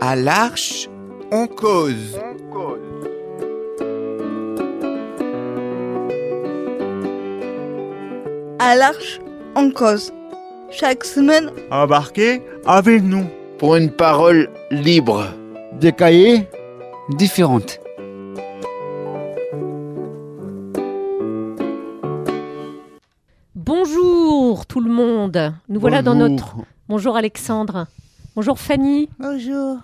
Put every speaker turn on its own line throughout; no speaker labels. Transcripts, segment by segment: À l'arche, on cause.
à l'Arche en cause. Chaque semaine,
Embarquez avec nous.
pour une parole libre.
Des cahiers
différentes.
Bonjour tout le monde. Nous voilà dans
Bonjour.
notre. Bonjour Alexandre. Bonjour Fanny.
bonjour.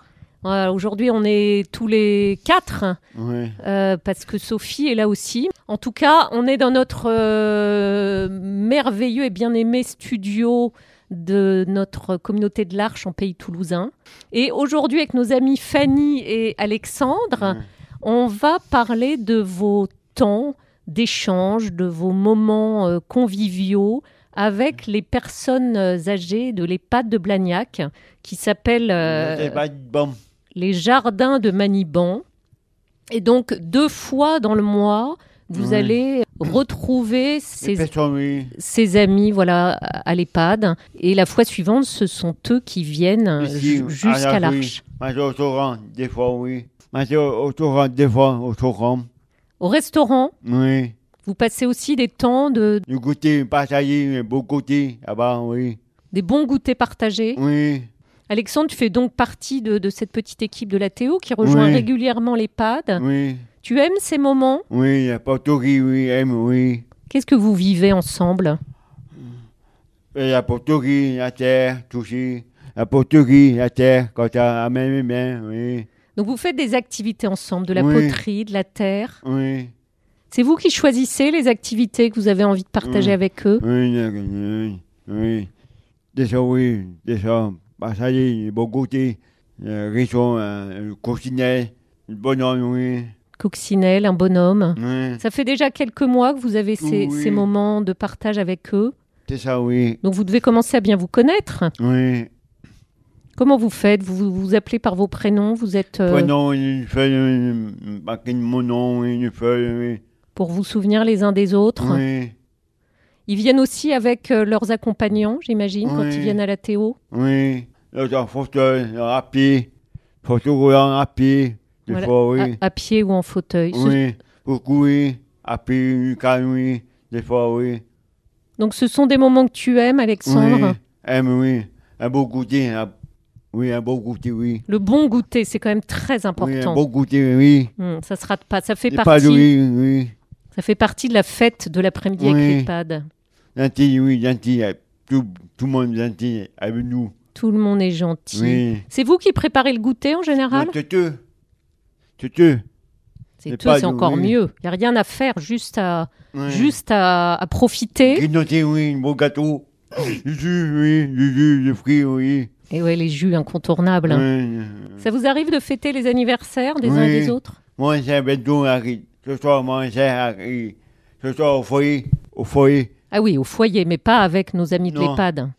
Euh, Aujourd'hui, on est tous les quatre
Ouais.
euh, parce que Sophie est là aussi. En tout cas, on est dans notre euh, merveilleux et bien-aimé studio de notre communauté de l'Arche en pays toulousain. Et aujourd'hui, avec nos amis Fanny et Alexandre, on va parler de vos temps d'échange, de vos moments euh, conviviaux avec les personnes euh, âgées de l'EHPAD de Blagnac, qui s'appelle euh,
Eh ben, bon.
les jardins de Maniban. Et donc, deux fois dans le mois, vous
Ouais.
allez retrouver ces,
Des pétomis.
ces amis voilà, à l'EHPAD. Et la fois suivante, ce sont eux qui viennent
Ici,
ju- jusqu'à
à la rue.
l'Arche.
Manger au torrent, des fois, oui. Manger au, au torrent, des fois, au torrent.
Au restaurant,
Oui.
vous passez aussi des temps, de,
Du goûter, partager, un beau goûter, là-bas, oui.
des bons goûters partagés.
Oui.
Alexandre, tu fais donc partie de, de cette petite équipe de la Théo qui rejoint
Oui.
régulièrement l'EHPAD.
Oui.
Tu aimes ces moments
Oui, la portugais, oui, aime, oui.
Qu'est-ce que vous vivez ensemble
Et la portugais, la terre, toucher. La portugais, la terre, quand t'as la main, main, oui.
Donc vous faites des activités ensemble, de la
Oui.
poterie, de la terre.
Oui.
C'est vous qui choisissez les activités que vous avez envie de partager
Oui.
avec eux.
Oui, oui, oui. Déjà, oui, Bah, déjà, passager, bon goûter, le risson, euh, le coquinet, le bonhomme, oui.
Coccinelle, un bonhomme.
Oui,
Ça fait déjà quelques mois que vous avez ces,
Oui.
ces moments de partage avec eux.
c'est ça, oui.
Donc vous devez commencer à bien vous connaître. Euh.
Oui.
Comment vous faites vous, vous vous appelez par vos prénoms Vous êtes euh,
Prenons une feuille, une paquet de mon nom, une feuille,
pour vous souvenir les uns des
oui.
autres.
Oui,
Ils viennent aussi avec euh, leurs accompagnants, j'imagine, quand
Oui.
ils viennent à la Théo.
oui. L'autre fauteuil, le rapide, photo roulant rapide, des
Voilà.
fois, oui.
À, à pied ou en fauteuil. Ce-
Oui, beaucoup, oui. Rapide, une canne, oui, des fois, oui.
Donc ce sont des moments que tu aimes, Alexandre.
Oui, aime, oui. Un beau goûter. un- Oui, un beau goûter, oui.
Le bon goûter, c'est quand même très important.
Oui, un beau goûter, oui.
Hmm, ça se rate pas. Ça fait
Des
partie.
oui, oui.
Ça fait partie de la fête de l'après-midi avec
Oui.
l'EHPAD.
Gentil, oui, gentil. euh, Tout, tout le monde gentil avec nous.
Tout le monde est gentil.
Oui.
C'est vous qui préparez le goûter en général
Non, Tuteux. Tuteux.
C'est
c'est
eux,
pas
c'est
nous,
encore
oui.
mieux. Il n'y a rien à faire, juste à,
Oui.
juste à, à profiter.
Grignoter, oui, un beau gâteau. Du jus, oui. Du jus, des fruits, oui.
Et ouais, les jus incontournables.
Oui, euh,
Ça vous arrive de fêter les anniversaires des uns et
Oui.
des autres
Moi, c'est bientôt Harry. Ce soir, moi, c'est Harry. Ce soir, au foyer. Au foyer.
Ah oui, au foyer, mais pas avec nos amis de
Non.
l'EHPAD.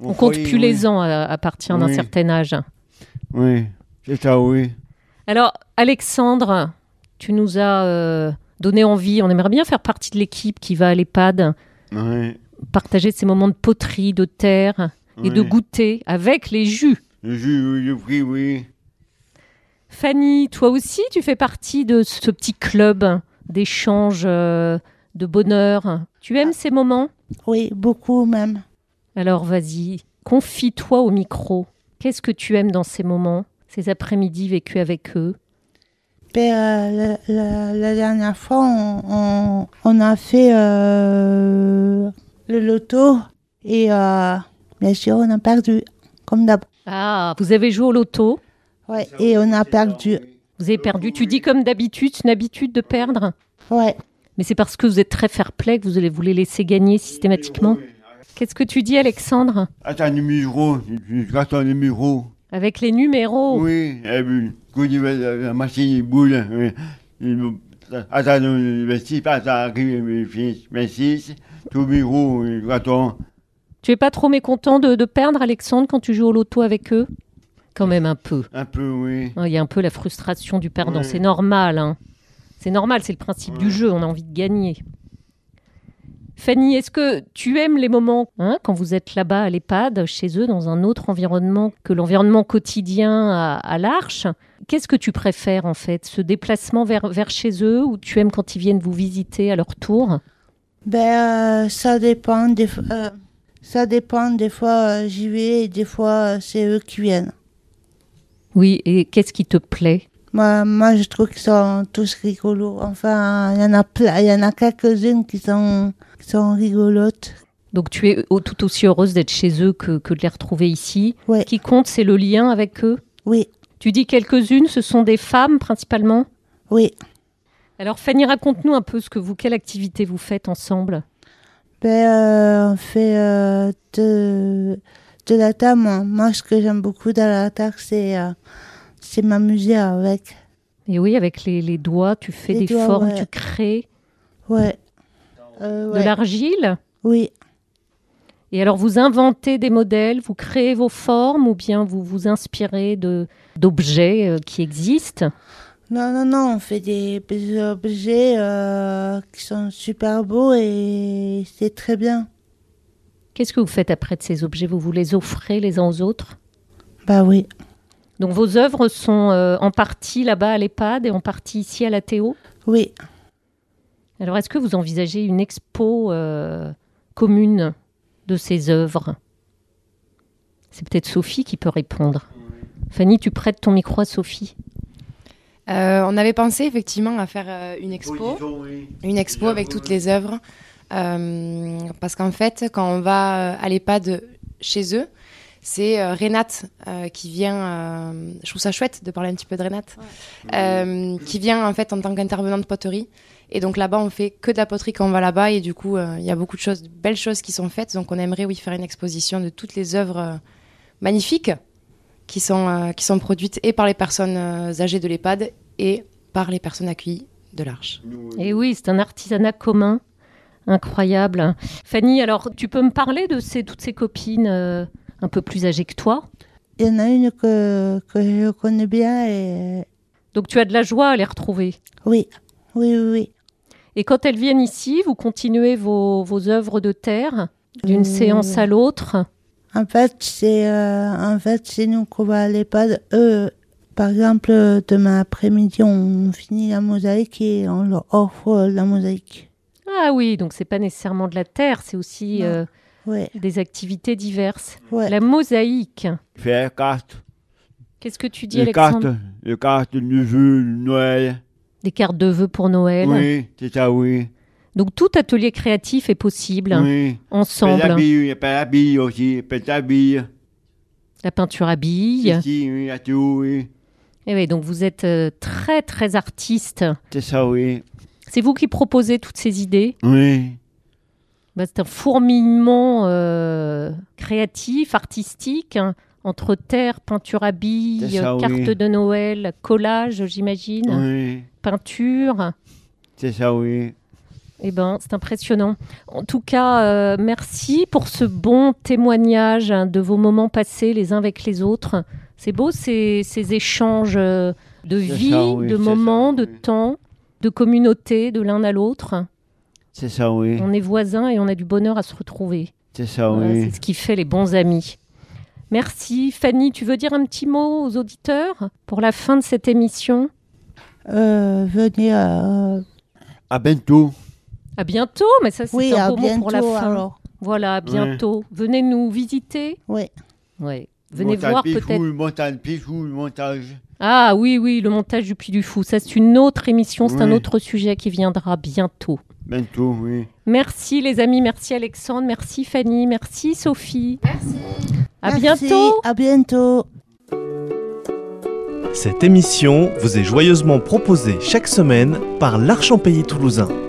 Au
On compte
foyer,
plus
oui.
les ans à, à partir d'un
Oui.
certain âge.
Oui, c'est ça, oui.
Alors, Alexandre, tu nous as euh, donné envie. On aimerait bien faire partie de l'équipe qui va à l'EHPAD,
Oui.
partager ces moments de poterie, de terre et de
oui.
goûter avec les jus.
Le jus, oui, le fruit, oui.
Fanny, toi aussi, tu fais partie de ce petit club d'échange, euh, de bonheur. Tu aimes ces moments
Oui, beaucoup même.
Alors, vas-y, confie-toi au micro. Qu'est-ce que tu aimes dans ces moments, ces après-midi vécus avec eux
Ben, euh, la, la- la dernière fois, on, on- on a fait euh, le loto et euh, bien sûr, on a perdu, comme d'hab.
Ah, vous avez joué au loto
Ouais, et on a perdu.
Vous avez perdu. Tu dis comme d'habitude, c'est une habitude de perdre.
Ouais.
Mais c'est parce que vous êtes très fair-play que vous allez vous les laisser gagner systématiquement. Qu'est-ce que tu dis, Alexandre
Attends, Ah, numéro, j'attends le numéro.
Avec les numéros
Oh.
Oui, et puis, quand il va la la machine il boule, oui. Il Ah, me- attends, le le 6, attends, arrive le 6, le 6, tout numéro, oui, j'attends.
Tu es pas trop mécontent de, de perdre, Alexandre, quand tu joues au loto avec eux Quand même un peu.
Un peu, oui.
Hein, Il y a un peu la frustration du perdant.
Oui.
C'est normal. hein. C'est normal, c'est le principe du
Oui.
jeu. On a envie de gagner. Fanny, est-ce que tu aimes les moments hein, quand vous êtes là-bas à l'EHPAD, chez eux, dans un autre environnement que l'environnement quotidien à, à l'Arche Qu'est-ce que tu préfères en fait Ce déplacement vers, vers chez eux ou tu aimes quand ils viennent vous visiter à leur tour
Ben, euh, ça dépend. Des, fo- euh, ça dépend. Des fois, euh, j'y vais et des fois, euh, c'est eux qui viennent.
Oui, et qu'est-ce qui te plaît
Moi, moi je trouve qu'ils sont tous rigolos. Enfin, il y en a plein. Il y en a quelques-unes qui sont, qui sont rigolotes.
Donc tu es au- tout aussi heureuse d'être chez eux que, que de les retrouver ici.
Ouais.
Ce qui compte, c'est le lien avec eux.
Oui,
Tu dis quelques-unes, ce sont des femmes principalement.
oui.
Alors Fanny, raconte-nous un peu ce que vous, quelle activité vous faites ensemble.
Ben, euh, on fait euh, de, de la table. Moi, Moi, ce que j'aime beaucoup dans la table, c'est euh, c'est m'amuser avec.
Et oui, avec les, les doigts, tu fais
Les
des
doigts,
formes,
ouais.
tu crées
Ouais. Euh,
de
ouais.
l'argile.
Oui.
Et alors vous inventez des modèles, vous créez vos formes ou bien vous vous inspirez de d'objets euh, qui existent.
Non, non, non, on fait des petits objets euh, qui sont super beaux et c'est très bien.
Qu'est-ce que vous faites après de ces objets Vous vous les offrez les uns aux autres
Bah oui.
Donc vos œuvres sont euh, en partie là-bas à l'EHPAD et en partie ici à la Théo.
Oui.
Alors est-ce que vous envisagez une expo euh, commune de ces œuvres C'est peut-être Sophie qui peut répondre. Fanny, tu prêtes ton micro à Sophie.
Euh, on avait pensé effectivement à faire euh, une expo,
Exposition, oui.
une expo avec toutes les œuvres, Euh, parce qu'en fait, quand on va euh, à l'EHPAD chez eux, c'est euh, Renate euh, qui vient. euh, je trouve ça chouette de parler un petit peu de Renate, euh, qui vient en fait en tant qu'intervenante poterie. Et donc là-bas, on fait que de la poterie quand on va là-bas, et du coup, euh, il y a beaucoup de choses, de belles choses qui sont faites. Donc on aimerait oui faire une exposition de toutes les œuvres euh, magnifiques qui sont euh, qui sont produites et par les personnes euh, âgées de l'EHPAD et par les personnes accueillies de l'Arche.
Nous,
Eh
Et Eh oui, c'est un artisanat commun. Incroyable. Fanny, alors tu peux me parler de ces, toutes ces copines euh, un peu plus âgées que toi
Il y en a une que, que je connais bien et.
Donc tu as de la joie à les retrouver.
Oui. Oui, oui, oui.
Et quand elles viennent ici, vous continuez vos, vos œuvres de terre d'une
Euh,
séance à l'autre.
En fait, c'est euh, en fait, c'est nous qu'on va à l'EHPAD. Eux, par exemple, demain après-midi, on finit la mosaïque et on leur offre la mosaïque.
Ah oui, donc c'est pas nécessairement de la terre, c'est aussi
Non.
euh,
Ouais,
des activités diverses.
ouais.
La mosaïque.
Faire carte.
Qu'est-ce que tu dis,
Les
Alexandre
cartes, les cartes du jeu, du Noël.
Des cartes de vœux pour Noël.
Oui, c'est ça, oui.
Donc tout atelier créatif est possible
Oui.
ensemble.
Pelle à bille, oui, pelle à bille aussi, pelle à bille.
La peinture à billes.
Ici, oui, à tout, oui.
Et oui, donc vous êtes euh, très très artiste.
C'est ça, oui.
C'est vous qui proposez toutes ces idées.
Oui.
Bah, c'est un fourmillement euh, créatif, artistique, hein, entre terre, peinture à billes,
C'est ça,
euh,
oui.
cartes de Noël, collage, j'imagine,
Oui.
peinture.
C'est ça, oui.
Eh ben, c'est impressionnant. En tout cas, euh, merci pour ce bon témoignage hein, de vos moments passés les uns avec les autres. C'est beau ces, ces échanges euh, de
ça,
vie,
oui,
de
c'est ça,
moments, de
oui.
temps, de communauté, de l'un à l'autre.
C'est ça, oui.
On est voisins et on a du bonheur à se retrouver.
C'est ça,
Ah
Voilà,
oui.
c'est ce qui fait les bons amis. Merci. Fanny, tu veux dire un petit mot aux auditeurs pour la fin de cette émission
Euh, venez euh,
À bientôt.
À bientôt, mais ça c'est
Oui,
un
à
beau mot
bientôt
pour la fin.
alors.
Voilà, à bientôt. Venez nous visiter.
Oui.
Ouais. Venez
Montagne
voir
Pichou,
peut-être.
Montagne Pichou, montage.
Ah oui, oui, le montage du Puy du Fou. Ça, c'est une autre émission, c'est un
Oui.
autre sujet qui viendra bientôt.
Bientôt, oui.
Merci les amis, merci Alexandre, merci Fanny, merci Sophie. Merci. À
Merci,
bientôt.
À bientôt.
Cette émission vous est joyeusement proposée chaque semaine par l'Arch en Pays Toulousain.